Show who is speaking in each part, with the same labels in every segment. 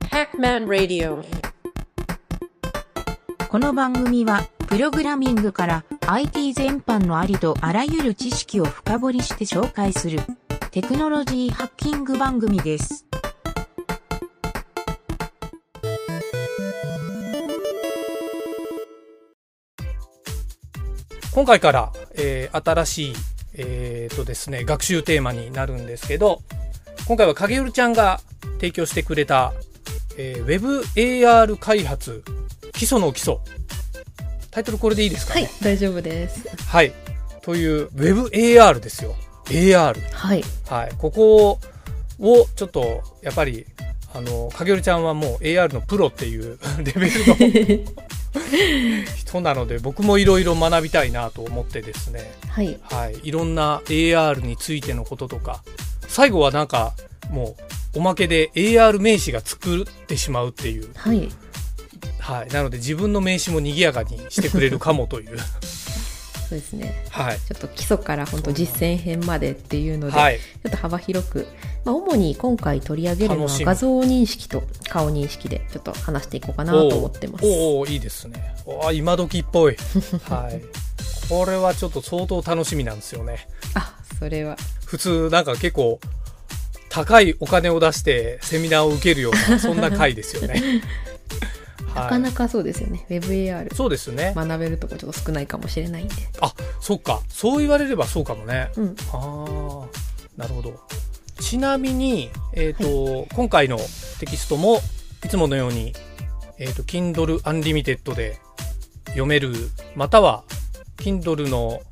Speaker 1: Pac-Man Radio.
Speaker 2: この番組は、プログラミングから IT 全般のありとあらゆる知識を深掘りして紹介する、テクノロジーハッキング番組です。
Speaker 3: 今回から、えー新しい、えーとですね、学習テーマになるんですけど、今回は影よるちゃんが提供してくれた、えー、WebAR 開発基礎の基礎。タイトルこれでいいですか
Speaker 4: はい
Speaker 3: ね、
Speaker 4: 大丈夫です。
Speaker 3: はい。という WebAR ですよ。AR。
Speaker 4: はい。
Speaker 3: はい。ここをちょっと、やっぱり、あの、影よるちゃんはもう AR のプロっていう レベルの 人なので、僕もいろいろ学びたいなと思ってですね。
Speaker 4: はい。
Speaker 3: はい、いろんな AR についてのこととか最後はなんかもうおまけで AR 名刺が作ってしまうっていう、
Speaker 4: はい。
Speaker 3: はい、なので自分の名刺も賑やかにしてくれるかもと いう、
Speaker 4: そうですね。
Speaker 3: はい
Speaker 4: ちょっと基礎から本当実践編までっていうので、
Speaker 3: はい、
Speaker 4: ちょっと幅広く、まあ、主に今回取り上げるのは
Speaker 3: 楽しみ
Speaker 4: 画像認識と顔認識でちょっと話していこうかなと
Speaker 3: お
Speaker 4: 思ってます。
Speaker 3: おおいいですねおー今時っぽい、はい、これはちょっと相当楽しみなんですよね
Speaker 4: あ、それは。
Speaker 3: 普通なんか結構高いお金を出してセミナーを受けるようなそんな回ですよね、 はい
Speaker 4: なかなかそうですよね。WebAR
Speaker 3: そうですね、
Speaker 4: 学べるとこちょっと少ないかもしれないんで。
Speaker 3: あそっかそう言われればそうかもね
Speaker 4: うん。
Speaker 3: あーなるほどちなみに、えーと今回のテキストもいつものように、えー、と Kindle Unlimited で読めるまたは Kindle の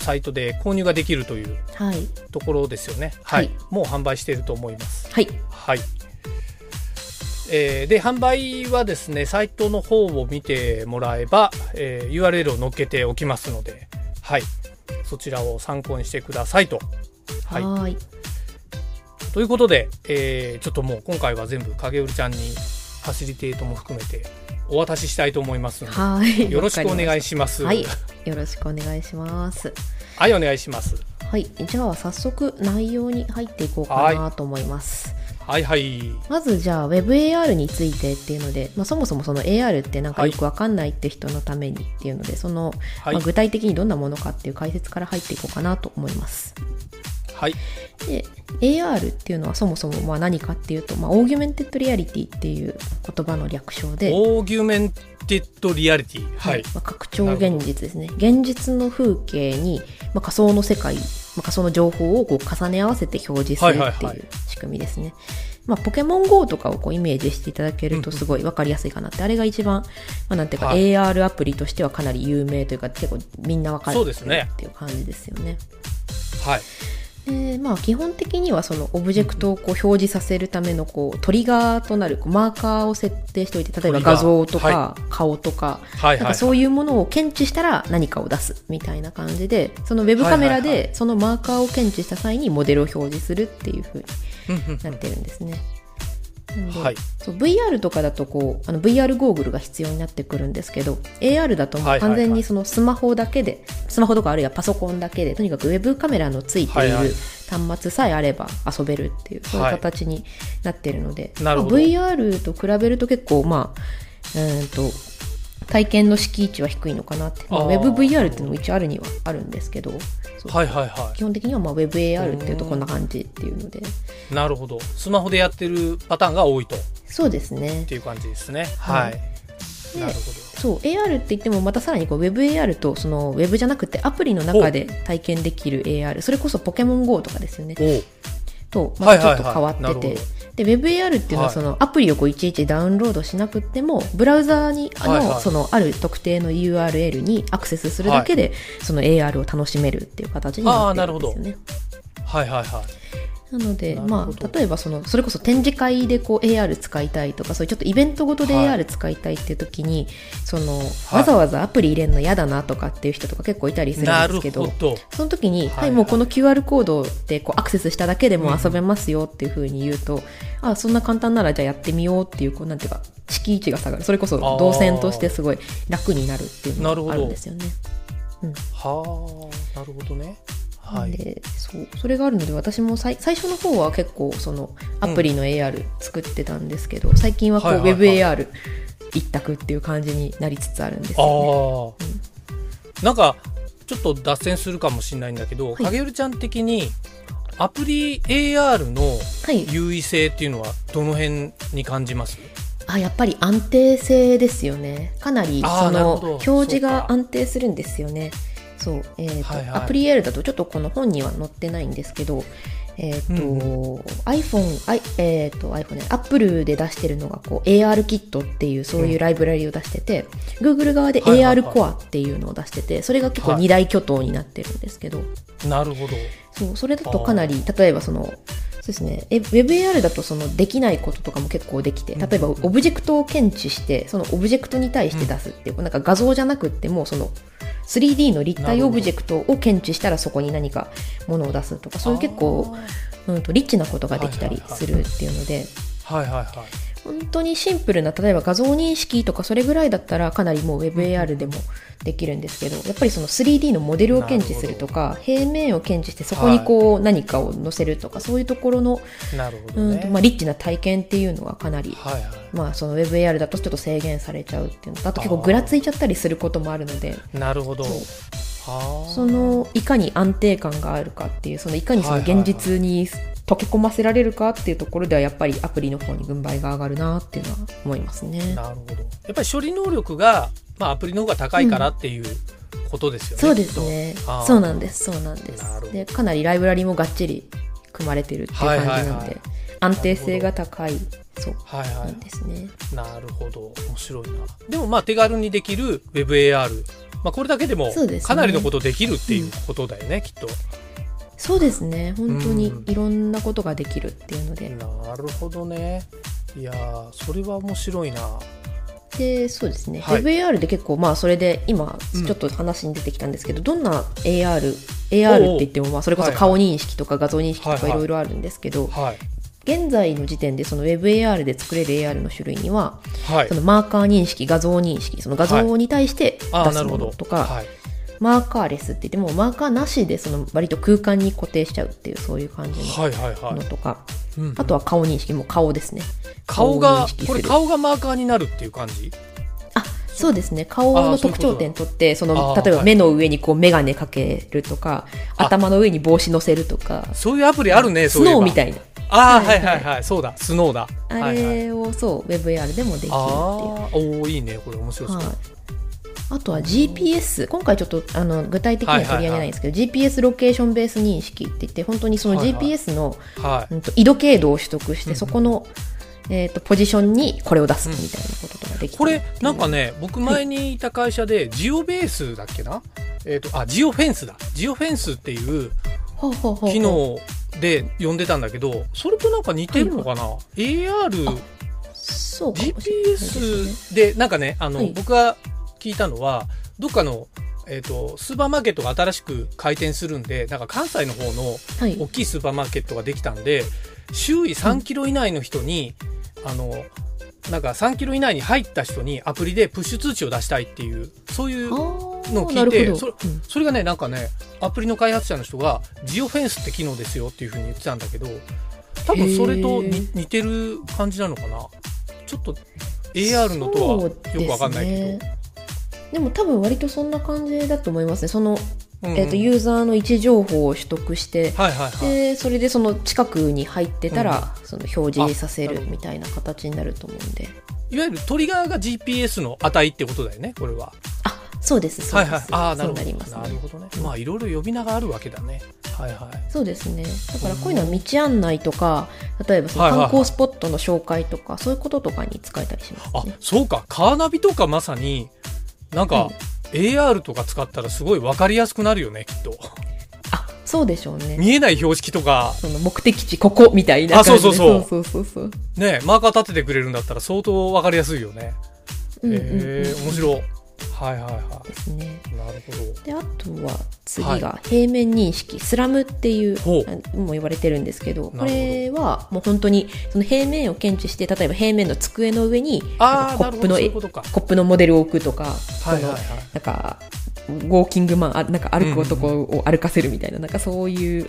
Speaker 3: サイトで購入ができるという
Speaker 4: はい。
Speaker 3: ところですよねはい、
Speaker 4: はい
Speaker 3: もう販売していると思います
Speaker 4: はい。
Speaker 3: はいえーで販売はですねサイトの方を見てもらえば、えー URL を載っけておきますので、はい、そちらを参考にしてくださいとはい
Speaker 4: はーい。
Speaker 3: ということで、えーちょっともう今回は全部影るちゃんにファシリテートも含めてお渡ししたいと思いますの
Speaker 4: はー
Speaker 3: で
Speaker 4: い。
Speaker 3: よろしくお願い
Speaker 4: し
Speaker 3: します。
Speaker 4: はい。よろしくお願いします。
Speaker 3: はい、お願いします。
Speaker 4: はい。じゃあ早速内容に入っていこうかなと思います。
Speaker 3: はいはい。
Speaker 4: まずじゃあ WebAR についてっていうので、まあ、そもそもその AR ってなんかよくわかんないって人のためにっていうので、その、
Speaker 3: はい
Speaker 4: まあ、具体的にどんなものかっていう解説から入っていこうかなと思います。
Speaker 3: はい。
Speaker 4: で AR っていうのはそもそもまあ何かっていうと、まあ、オーギュメンテッドリアリティっていう言葉の略称で、
Speaker 3: オーギュメンテッドリアリティ。はい。
Speaker 4: まあ、拡張現実ですね現実の風景に、まあ、仮想の世界、まあ、仮想の情報をこう重ね合わせて表示する
Speaker 3: はい
Speaker 4: って
Speaker 3: はいはいいう
Speaker 4: 仕組みですね、まあ、ポケモン GO とかをこうイメージしていただけるとすごい分かりやすいかなって、あれが一番、まあ、なんていうか、
Speaker 3: はい
Speaker 4: AR アプリとしてはかなり有名というか結構みんな分かる
Speaker 3: そうですね
Speaker 4: っていう感じですよね
Speaker 3: はい。
Speaker 4: でまあ、基本的にはそのオブジェクトをこう表示させるためのこうトリガーとなるこうマーカーを設定しておいて例え
Speaker 3: ト
Speaker 4: ば
Speaker 3: リガー
Speaker 4: 画像と
Speaker 3: は
Speaker 4: か顔とか
Speaker 3: はい
Speaker 4: なん
Speaker 3: は
Speaker 4: か
Speaker 3: い。
Speaker 4: そういうものを検知したら何かを出すみたいな感じでそのウェブカメラ
Speaker 3: はいはいは
Speaker 4: でそのマーカーを検知した際にモデルを表示するっていう風に
Speaker 3: うんうん
Speaker 4: なってるんですね。なので
Speaker 3: はい。
Speaker 4: そう VR とかだとこうあの VR ゴーグルが必要になってくるんですけど AR だとも
Speaker 3: は
Speaker 4: う
Speaker 3: いはいは
Speaker 4: 完
Speaker 3: い
Speaker 4: 全にそのスマホだけで、スマホとかあるいはパソコンだけでとにかくウェブカメラのついて
Speaker 3: はい
Speaker 4: いる
Speaker 3: はい
Speaker 4: 端末さえあれば遊べるっていうそういう
Speaker 3: はい
Speaker 4: 形になってるので、
Speaker 3: なるほど
Speaker 4: まあ VR と比べると結構まあうーんと体験の敷地は低いのかなって、まあ、
Speaker 3: あ
Speaker 4: ウ
Speaker 3: ー
Speaker 4: ェブ VR っていうのも一応あるにはあるんですけど、そう
Speaker 3: はいはいは
Speaker 4: 基本的にはまあ WebAR っていうとこんな感じっていうので
Speaker 3: い。なるほど。スマホでやってるパターンが多いと。っ
Speaker 4: そうですね
Speaker 3: ていう感じですね。は。
Speaker 4: はいで
Speaker 3: なるほ
Speaker 4: そう AR って言ってもまたさらにこう WebAR とその Web じゃなくてアプリの中で体験できる AR それこそポケモン GO とかですよね
Speaker 3: ど。おう
Speaker 4: とまたちょっと
Speaker 3: はいは
Speaker 4: 変
Speaker 3: い
Speaker 4: わ
Speaker 3: はい
Speaker 4: ってて、
Speaker 3: なるほど
Speaker 4: で WebAR っていうの
Speaker 3: は
Speaker 4: はいそのアプリをこういちいちダウンロードしなくてもブラウザーにあの,、
Speaker 3: はいはい
Speaker 4: そのある特定の URL にアクセスするだけで、その AR を楽しめるっていう形になってるんですよね。
Speaker 3: はいはいはい。
Speaker 4: なので
Speaker 3: なる
Speaker 4: ま
Speaker 3: ほど
Speaker 4: あ、例えばそのそれこそ展示会でこう AR 使いたいとかそういうちょっとイベントごとで
Speaker 3: はい
Speaker 4: AR 使いたいっていう時に、その
Speaker 3: い
Speaker 4: わざわざアプリ入れるの嫌だなとかっていう人とか結構いたりする
Speaker 3: なんる
Speaker 4: ですけど
Speaker 3: ほど。
Speaker 4: その時に、
Speaker 3: はは
Speaker 4: はいい
Speaker 3: い
Speaker 4: もうこの QR コードでこうアクセスしただけでも遊べますよっていうふうに言うと、あそんな簡単ならじゃあやってみようっていうこうなんていうか敷位置が下がるそれこそ
Speaker 3: あー
Speaker 4: 動線としてすごい楽になるっていうのがあるんですよね。
Speaker 3: はあ。なるほどね。はい。
Speaker 4: でそうそれがあるので私もさい最初の方は結構そのアプリの AR 作ってたんですけど、最近はこう
Speaker 3: はいはいはい
Speaker 4: WebAR 一択っていう感じになりつつあるんです
Speaker 3: あ
Speaker 4: よ、ね、
Speaker 3: あ、なんかちょっと脱線するかもしれないんだけど、
Speaker 4: い
Speaker 3: 影よりちゃん的にアプリ AR の
Speaker 4: はい
Speaker 3: 優位性っていうのはどの辺に感じます
Speaker 4: あやっぱり安定性ですよねかなり
Speaker 3: あー
Speaker 4: そ
Speaker 3: なる
Speaker 4: の
Speaker 3: ほど
Speaker 4: 表示が安定するんですよねそうえーと
Speaker 3: はいはい
Speaker 4: アプリ AR だとちょっとこの本には載ってないんですけどえーと
Speaker 3: うん
Speaker 4: iPhone、I えー、と iPhone ね Apple で出してるのがこう AR キットっていうそういうライブラリを出してて、Google 側で
Speaker 3: はいはい
Speaker 4: AR
Speaker 3: はい
Speaker 4: コアっていうのを出しててそれが結構
Speaker 3: はい
Speaker 4: 二大巨頭になってるんですけど、
Speaker 3: なるほど。
Speaker 4: そうそれだとかなり例えばそのそうですねえ WebAR だとそのできないこととかも結構できて
Speaker 3: うん
Speaker 4: 例えばオブジェクトを検知してそのオブジェクトに対して出すっていう、なんか画像じゃなくってもうその 3D の立
Speaker 3: なるほ
Speaker 4: 体
Speaker 3: ど
Speaker 4: オブジェクトを検知したらそこに何かものを出すとかそういう結構、うん、とリッチなことができたりするっていうので、
Speaker 3: あー。はいはいはい。
Speaker 4: 本当にシンプルな例えば画像認識とかそれぐらいだったらかなりもう WebAR でもできるんですけどやっぱりその 3D のモデルを検知するとか平面を検知してそこにこう何かを載せるとか、そういうところの、
Speaker 3: なるほど
Speaker 4: う
Speaker 3: ね。
Speaker 4: んとまあ、リッチな体験っていうのはかなり、
Speaker 3: はいは
Speaker 4: まあ、その WebAR だとちょっと制限されちゃうっていうのとあと結
Speaker 3: あ
Speaker 4: 構
Speaker 3: ー
Speaker 4: ぐらついちゃったりすることもあるので。
Speaker 3: い。なるほど。
Speaker 4: そう
Speaker 3: はあ。
Speaker 4: そのいかに安定感があるかっていうそのいかにその
Speaker 3: はいはいはい
Speaker 4: 現実に溶け込ませられるかっていうところではやっぱりアプリの方に軍配が上がるなっていうのは思いますね。
Speaker 3: なるほど。やっぱり処理能力が、まあ、アプリの方が高いからっていうことですよね。
Speaker 4: そうですね
Speaker 3: きっとあー
Speaker 4: そうなんですそうなんで
Speaker 3: なるほ
Speaker 4: す
Speaker 3: ど
Speaker 4: でかなりライブラリもがっちり組まれてるっていう感じなので、
Speaker 3: はいはいはい
Speaker 4: 安定性が高いそう
Speaker 3: はいは
Speaker 4: なん
Speaker 3: い。
Speaker 4: ですね
Speaker 3: なるほど。面白いな。でもまあ手軽にできる WebAR。まあこれだけでも
Speaker 4: そうですね
Speaker 3: かなりのことできるっていうことだよね、きっと。
Speaker 4: そうですね本当に
Speaker 3: うん
Speaker 4: いろんなことができるっていうので、
Speaker 3: なるほどね。いやー、それは面白いな。
Speaker 4: でそうですね、
Speaker 3: はい
Speaker 4: WebAR で結構まあそれで今
Speaker 3: うん
Speaker 4: ちょっと話に出てきたんですけど、どんな AR AR って言ってもまあそれこそ顔認識とか画像認識と
Speaker 3: はい
Speaker 4: か
Speaker 3: はい
Speaker 4: いろいろあるんですけど、
Speaker 3: はい。
Speaker 4: 現在の時点でその WebAR で作れる AR の種類には
Speaker 3: はい
Speaker 4: そ。のマーカー認識画像認識その画像に対して
Speaker 3: あー
Speaker 4: 出
Speaker 3: な
Speaker 4: す
Speaker 3: る
Speaker 4: も
Speaker 3: ほど。
Speaker 4: のとか、
Speaker 3: はい。
Speaker 4: マーカーレスって言ってもマーカーなしでその割と空間に固定しちゃうっていうそういう感じ
Speaker 3: はいはいは
Speaker 4: のもの
Speaker 3: い。
Speaker 4: とか、
Speaker 3: うん
Speaker 4: あとは顔認識もう顔ですね
Speaker 3: 顔が
Speaker 4: 認識、す
Speaker 3: こ
Speaker 4: る
Speaker 3: れ顔がマーカーになるっていう感じ
Speaker 4: あそうですね顔
Speaker 3: あー
Speaker 4: の
Speaker 3: そういう
Speaker 4: 特
Speaker 3: ことだ
Speaker 4: 徴点とってその
Speaker 3: あー
Speaker 4: 例え
Speaker 3: は
Speaker 4: ば
Speaker 3: い
Speaker 4: 目の上にこう眼鏡かけるとか
Speaker 3: あ
Speaker 4: 頭の上に帽子乗せるとか
Speaker 3: そういうアプリあるね、
Speaker 4: ス
Speaker 3: そういえば
Speaker 4: ノーみたいな
Speaker 3: ああ、は
Speaker 4: はいい
Speaker 3: は
Speaker 4: はい
Speaker 3: いはい、そうだ、スノーだ。
Speaker 4: あ
Speaker 3: はいはい、
Speaker 4: れをそう WebAR でもできるっていう。
Speaker 3: ああ、おお、いいね、これ面白そう。
Speaker 4: はい、あとは GPS 今回ちょっとあの具体的には取り上げないんですけど、GPS ロケーションベース認識って言って本当にその
Speaker 3: はいはい
Speaker 4: GPS の、
Speaker 3: はい。
Speaker 4: うんと緯度経度を取得して、
Speaker 3: うん
Speaker 4: そこの、えー、とポジションにこれを出すみたいなこととかできて
Speaker 3: こ
Speaker 4: るってい
Speaker 3: れ
Speaker 4: う、
Speaker 3: なんかね、僕前にいた会社で、ジオベースだっけなえっ、と、あ、ジオフェンスだ。ジオフェンスっていう
Speaker 4: ほうほうほう
Speaker 3: 機能で呼んでたんだけど、それとなんか似てるのかな、?AR
Speaker 4: あそうかもしれないですね
Speaker 3: GPS で、なんかね、あの、
Speaker 4: はい
Speaker 3: 僕が聞いたのは、どっかの、えっ、と、スーパーマーケットが新しく開店するんで、なんか関西の方の
Speaker 4: は
Speaker 3: 大
Speaker 4: い
Speaker 3: きいスーパーマーケットができたんで、周囲3キロ以内の人に、あの、なんか3キロ以内に入った人にアプリでプッシュ通知を出したいっていう、そういう
Speaker 4: あー
Speaker 3: のを聞いて
Speaker 4: なるほど
Speaker 3: それ
Speaker 4: うん
Speaker 3: それがね、なんかね、アプリの開発者の人が、ジオフェンスって機能ですよっていうふうに言ってたんだけど、多分それと
Speaker 4: へ
Speaker 3: に
Speaker 4: ー
Speaker 3: 似てる感じなのかな。ちょっと AR のとはよ
Speaker 4: そうですね
Speaker 3: くわかんないけ
Speaker 4: でも多分割とそんな感じだと思いますねその、
Speaker 3: ど。
Speaker 4: えー、とユーザーの位置情報を取得して、
Speaker 3: はいはいはい。
Speaker 4: でそれでその近くに入ってたら、その表示させるみたいな形になると思うんで
Speaker 3: いわゆるトリガーが GPS の値ってことだよね、これは。
Speaker 4: あそうですそう
Speaker 3: はい
Speaker 4: です、
Speaker 3: はい。ああ、な
Speaker 4: そ
Speaker 3: るほ
Speaker 4: うな
Speaker 3: ど。
Speaker 4: ります
Speaker 3: なる
Speaker 4: ね
Speaker 3: ほどね。まあ、いろいろ呼び名があるわけだね。はいはい。
Speaker 4: そうですねだからこういうのは道案内とか例えばその
Speaker 3: はいはい
Speaker 4: 観
Speaker 3: はい
Speaker 4: 光スポットの紹介とか、そういうこととかに使えたりします
Speaker 3: あ
Speaker 4: ね、
Speaker 3: そうか。カーナビとかまさに、なんか、
Speaker 4: うん
Speaker 3: AR とか使ったらすごいわかりやすくなるよね、きっと。
Speaker 4: あそうでしょうね
Speaker 3: 見えない標識とか、
Speaker 4: その目的地ここみたいな
Speaker 3: あ
Speaker 4: 感じ
Speaker 3: そ
Speaker 4: で
Speaker 3: うそう
Speaker 4: そうそうそうそう
Speaker 3: ねマーカー立ててくれるんだったら相当わかりやすいよね。
Speaker 4: うんうんう
Speaker 3: へ
Speaker 4: ん
Speaker 3: え面白い。はいはいは
Speaker 4: ですね
Speaker 3: い。なるほど。
Speaker 4: であとは次が平面認識、スラムっていう
Speaker 3: ほう
Speaker 4: あも言われてるんですけ
Speaker 3: な
Speaker 4: どこ
Speaker 3: るほど
Speaker 4: れはもう本当にその平面を検知して例えば平面の机の上に
Speaker 3: あ
Speaker 4: なん
Speaker 3: あ、
Speaker 4: か
Speaker 3: なるほ
Speaker 4: コップ
Speaker 3: ど。
Speaker 4: の
Speaker 3: そうい
Speaker 4: 絵
Speaker 3: うことか。
Speaker 4: コップのモデルを置くとか、
Speaker 3: はいはい
Speaker 4: そ
Speaker 3: は
Speaker 4: のなんかウォーキングマンあなんか歩く男を歩かせるみたいな,、なんかそういう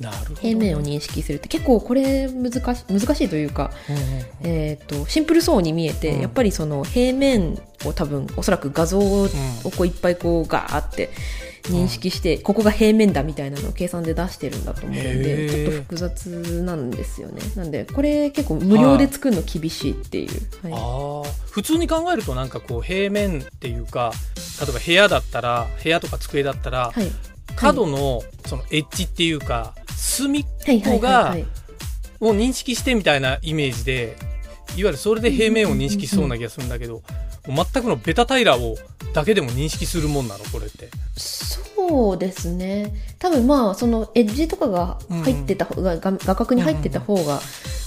Speaker 3: なるほどね
Speaker 4: 平面を認識するって結構これ難し難しいというか、
Speaker 3: うんうん
Speaker 4: えー、とシンプルそうに見えて、
Speaker 3: うん
Speaker 4: やっぱりその平面を多分おそらく画像を
Speaker 3: ん
Speaker 4: こういっぱいこうガーって認識して、ここが平面だみたいなのを計算で出してるんだと思うの
Speaker 3: へー
Speaker 4: でちょっと複雑なんですよねなんでこれ結構無料で作るの厳しいっていう、はい
Speaker 3: あー普通に考えるとなんかこう平面っていうか例えば部屋だったら部屋とか机だったら、
Speaker 4: はい、
Speaker 3: 角のそのエッジっていうか隅
Speaker 4: はいはいはいはい
Speaker 3: がを認識してみたいなイメージでいわゆるそれで平面を認識しそうな気がするんだけど、もう全くのベタ平をだけでも認識するもんなのこれって。
Speaker 4: そうですね多分まあそのエッジとかが入ってた方が、が画角に入ってた方が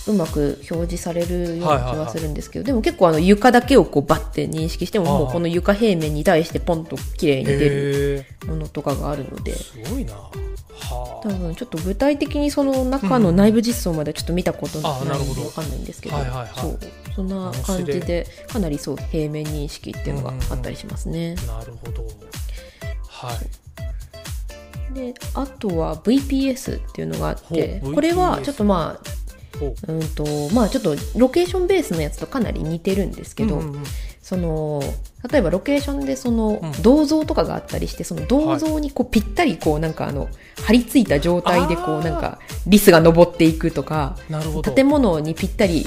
Speaker 4: うまく表示されるような気はするんですけど、でも結構あの床だけをこうバッて認識しても
Speaker 3: ああ
Speaker 4: もうこの床平面に対してポンと綺麗に出る
Speaker 3: へ
Speaker 4: ものとかがあるの
Speaker 3: え
Speaker 4: です
Speaker 3: ごいな。は
Speaker 4: 多分ちょっと具体的にその中の内部実装までちょっと見たことな
Speaker 3: ああないるほ
Speaker 4: ので
Speaker 3: ど
Speaker 4: わかんないんですけど、
Speaker 3: はいはいはい
Speaker 4: そうそんな感じでかなりそう平面認識っていうのがあったりしますね。
Speaker 3: あなるほど。はい。
Speaker 4: であとは VPS っていうのがあって
Speaker 3: ほう
Speaker 4: これは
Speaker 3: VPS
Speaker 4: ちょっとまあ
Speaker 3: ほう
Speaker 4: うんとまあちょっとロケーションベースのやつとかなり似てるんですけど、
Speaker 3: うんうんうん
Speaker 4: その例えばロケーションでその
Speaker 3: うん
Speaker 4: 銅像とかがあったりしてその銅像にこうぴったりこうなんかあの張り付いた状態でこ
Speaker 3: あ
Speaker 4: う
Speaker 3: ー
Speaker 4: なんかリスが登っていくとか
Speaker 3: なるほど。
Speaker 4: 建物にぴったり、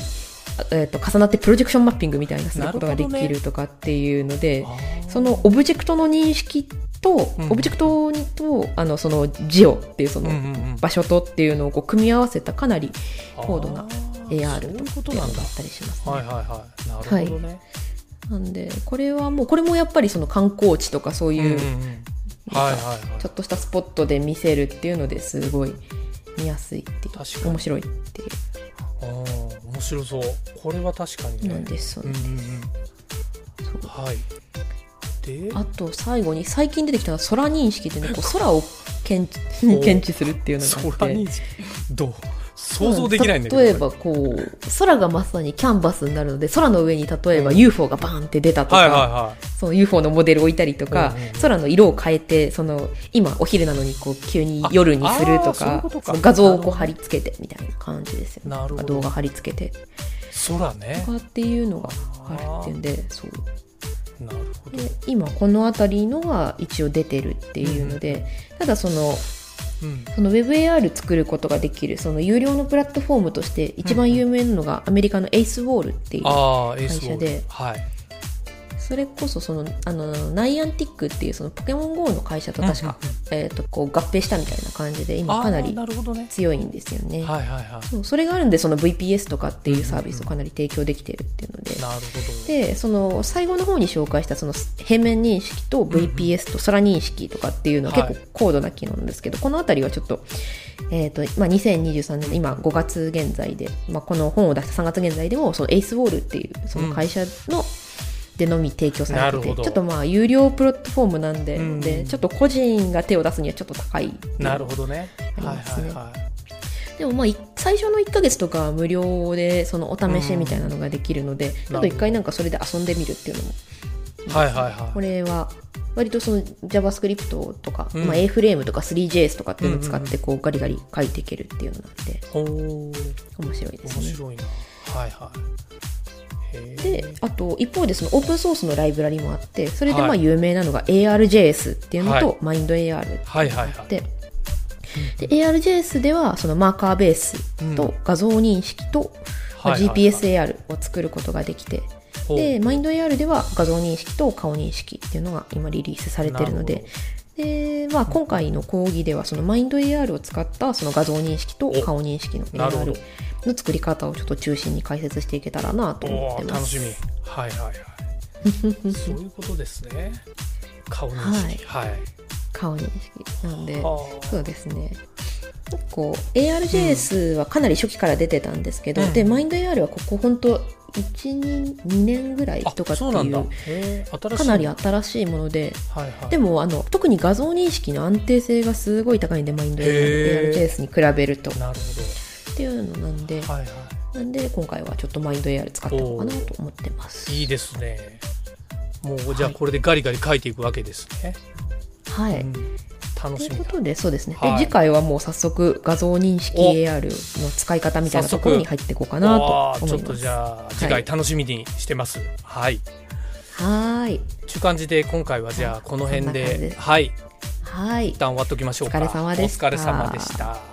Speaker 4: えー、と重なってプロジェクションマッピングみたいなすることが
Speaker 3: なる
Speaker 4: で
Speaker 3: ほ
Speaker 4: き
Speaker 3: どね
Speaker 4: るとかっていうので、
Speaker 3: あー
Speaker 4: そのオブジェクトの認識と、
Speaker 3: うん
Speaker 4: オブジェクトにとあのそのジオっていうそ
Speaker 3: うん
Speaker 4: の
Speaker 3: うんうん
Speaker 4: 場所とっていうのをこう組み合わせたかなり高度な
Speaker 3: あー
Speaker 4: AR
Speaker 3: そう
Speaker 4: と
Speaker 3: いう
Speaker 4: か
Speaker 3: ことなん
Speaker 4: っていうの
Speaker 3: だ
Speaker 4: があ。ったりしますね。
Speaker 3: はいはいはい。なるほどね。
Speaker 4: なんでこれはもうこれもやっぱりその観光地とかそういう、
Speaker 3: うん
Speaker 4: ち
Speaker 3: うんうんはいはいはい
Speaker 4: ょ。っとしたスポットで見せるっていうのですごい見やすいっていう
Speaker 3: 確かに
Speaker 4: 面白いっていう
Speaker 3: あー面白そう。これは確かに
Speaker 4: なん
Speaker 3: ね。
Speaker 4: です、
Speaker 3: うんうんうん。
Speaker 4: そう
Speaker 3: はい。で、
Speaker 4: あと最後に最近出てきたのは空認識でねこう空を検知
Speaker 3: お
Speaker 4: 検知するっていうのがあって
Speaker 3: 空認識。どう想像できないんだけど。
Speaker 4: 例えばこう空がまさにキャンバスになるので空の上に例えば UFO がバーンって出たとか、
Speaker 3: はいはいは
Speaker 4: その UFO のモデルを置いたりとか、
Speaker 3: うんうんうん
Speaker 4: 空の色を変えてその今お昼なのにこう急に夜にすると
Speaker 3: ああーそうい
Speaker 4: か
Speaker 3: うことか
Speaker 4: その画像をこう貼り付けてみたいな感じですよね
Speaker 3: なるほど
Speaker 4: 動画貼り付けて
Speaker 3: い。空ね
Speaker 4: と。かっていうのがあるっていうんでそう
Speaker 3: なるほど
Speaker 4: で。今この辺りのが一応出てるっていうので、ただその
Speaker 3: うん。
Speaker 4: その WebAR 作ることができるその有料のプラットフォームとして一番有名なのがアメリカのエイスウォールっていう
Speaker 3: ああ、エース
Speaker 4: 会
Speaker 3: ボール
Speaker 4: 社で
Speaker 3: はい。
Speaker 4: それこそそのあのナイアンティックっていうそのポケモン GO の会社と確か、
Speaker 3: うんうん
Speaker 4: えー、とこう合併したみたいな感じで
Speaker 3: あ
Speaker 4: 今
Speaker 3: ー
Speaker 4: かなり
Speaker 3: なるほどね。
Speaker 4: 強いんですよね。
Speaker 3: はいはいは
Speaker 4: そうそれがあるんでその VPS とかっていうサービスをかなり提供できてるっていうので。
Speaker 3: い。なるほど。
Speaker 4: でその最後の方に紹介したその平面認識と VPS と空認識とかっていうのは
Speaker 3: はい
Speaker 4: 結構高度な機能なんですけど、この辺りはちょっと,、えーとまあ、2023年今5月現在で、まあ、この本を出した3月現在でもそのエイスウォールっていうその会社の、でのみ提供されて
Speaker 3: なる
Speaker 4: て
Speaker 3: ほど
Speaker 4: ちょっとまあ有料プラットフォームなんで,、
Speaker 3: うん
Speaker 4: でちょっと個人が手を出すにはちょっと高いっていう
Speaker 3: なるほどね。
Speaker 4: あり
Speaker 3: はい
Speaker 4: ますね
Speaker 3: はいはい。
Speaker 4: でもまあい最初の1ヶ月とかは無料でそのお試しみたいなのができるので、ちょっと一回なんかそれで遊んでみるっていうのも
Speaker 3: はいはいはい。
Speaker 4: これは割とその JavaScript とか、
Speaker 3: うん
Speaker 4: まあ、A フレームとか 3JS とかっていうのを使っ
Speaker 3: うんうん
Speaker 4: てこうガリガリ書いていけるっていうのなんで
Speaker 3: ほー
Speaker 4: 面白いで
Speaker 3: 面
Speaker 4: すね。
Speaker 3: 白いな。はいはい。へー
Speaker 4: であと一方でそのオープンソースのライブラリもあってそれでま
Speaker 3: は
Speaker 4: あ
Speaker 3: い
Speaker 4: 有名なのが ARJS っていうの
Speaker 3: は
Speaker 4: と MindAR っていうのが
Speaker 3: はいはい
Speaker 4: あ
Speaker 3: は
Speaker 4: っ
Speaker 3: い。
Speaker 4: てで ARJS ではそのマーカーベース
Speaker 3: うん
Speaker 4: と画像認識と
Speaker 3: は
Speaker 4: まあ
Speaker 3: いはいはい
Speaker 4: GPSAR を作ることができて
Speaker 3: ほう
Speaker 4: で MindAR では画像認識と顔認識っていうのが今リリースされてるの
Speaker 3: な
Speaker 4: で
Speaker 3: る
Speaker 4: で、まあ、今回の講義ではその MindAR を使ったその画像認識と
Speaker 3: お
Speaker 4: 顔認識の
Speaker 3: なるほど
Speaker 4: AR の作り方をちょっと中心に解説していけたらなと思
Speaker 3: お
Speaker 4: って
Speaker 3: ー
Speaker 4: ま
Speaker 3: 楽
Speaker 4: す。
Speaker 3: しみ。はいはい はい。そういうことですね。顔認識。はい。
Speaker 4: 顔認識なんで
Speaker 3: はあ
Speaker 4: そうですね結構 ARJS はかなり初期から出てたんですけど、
Speaker 3: うん
Speaker 4: で MindAR はここ本当122年ぐらいとかって
Speaker 3: そうなん
Speaker 4: い
Speaker 3: だ。
Speaker 4: う
Speaker 3: へー新しい。
Speaker 4: かなり新しいもので
Speaker 3: はいはい。
Speaker 4: で
Speaker 3: も、
Speaker 4: もあの特に画像認識の安定性がすごい高いんで MindAR
Speaker 3: へー
Speaker 4: ARJS に比べるとっ
Speaker 3: なる
Speaker 4: ていうのなんで
Speaker 3: ほど。はいは
Speaker 4: なんで今回はちょっと MindAR 使ったのかなと思ってます
Speaker 3: い。いいですね。もう、じゃあ
Speaker 4: はい
Speaker 3: これでガリガリ書いていくわけですね。
Speaker 4: はい、
Speaker 3: うん楽
Speaker 4: とい
Speaker 3: し
Speaker 4: う
Speaker 3: み
Speaker 4: こ
Speaker 3: だ
Speaker 4: とで、そうですね。
Speaker 3: はい
Speaker 4: で、次回はもう早速画像認識
Speaker 3: お
Speaker 4: AR の使い方みたいな
Speaker 3: 早
Speaker 4: と
Speaker 3: 速
Speaker 4: ころに入っていこうかなと
Speaker 3: わあ
Speaker 4: 思
Speaker 3: ちょ
Speaker 4: い
Speaker 3: っと
Speaker 4: ま
Speaker 3: じ
Speaker 4: す。
Speaker 3: ゃあ次
Speaker 4: は
Speaker 3: 回
Speaker 4: い
Speaker 3: 楽しみにしてますはい
Speaker 4: はーい。
Speaker 3: という感じで今回はじゃあこの辺
Speaker 4: そんな感じ
Speaker 3: で
Speaker 4: です
Speaker 3: はい
Speaker 4: はい
Speaker 3: 一。旦終わっておきましょうか
Speaker 4: お疲れ様でした
Speaker 3: お疲れ様でした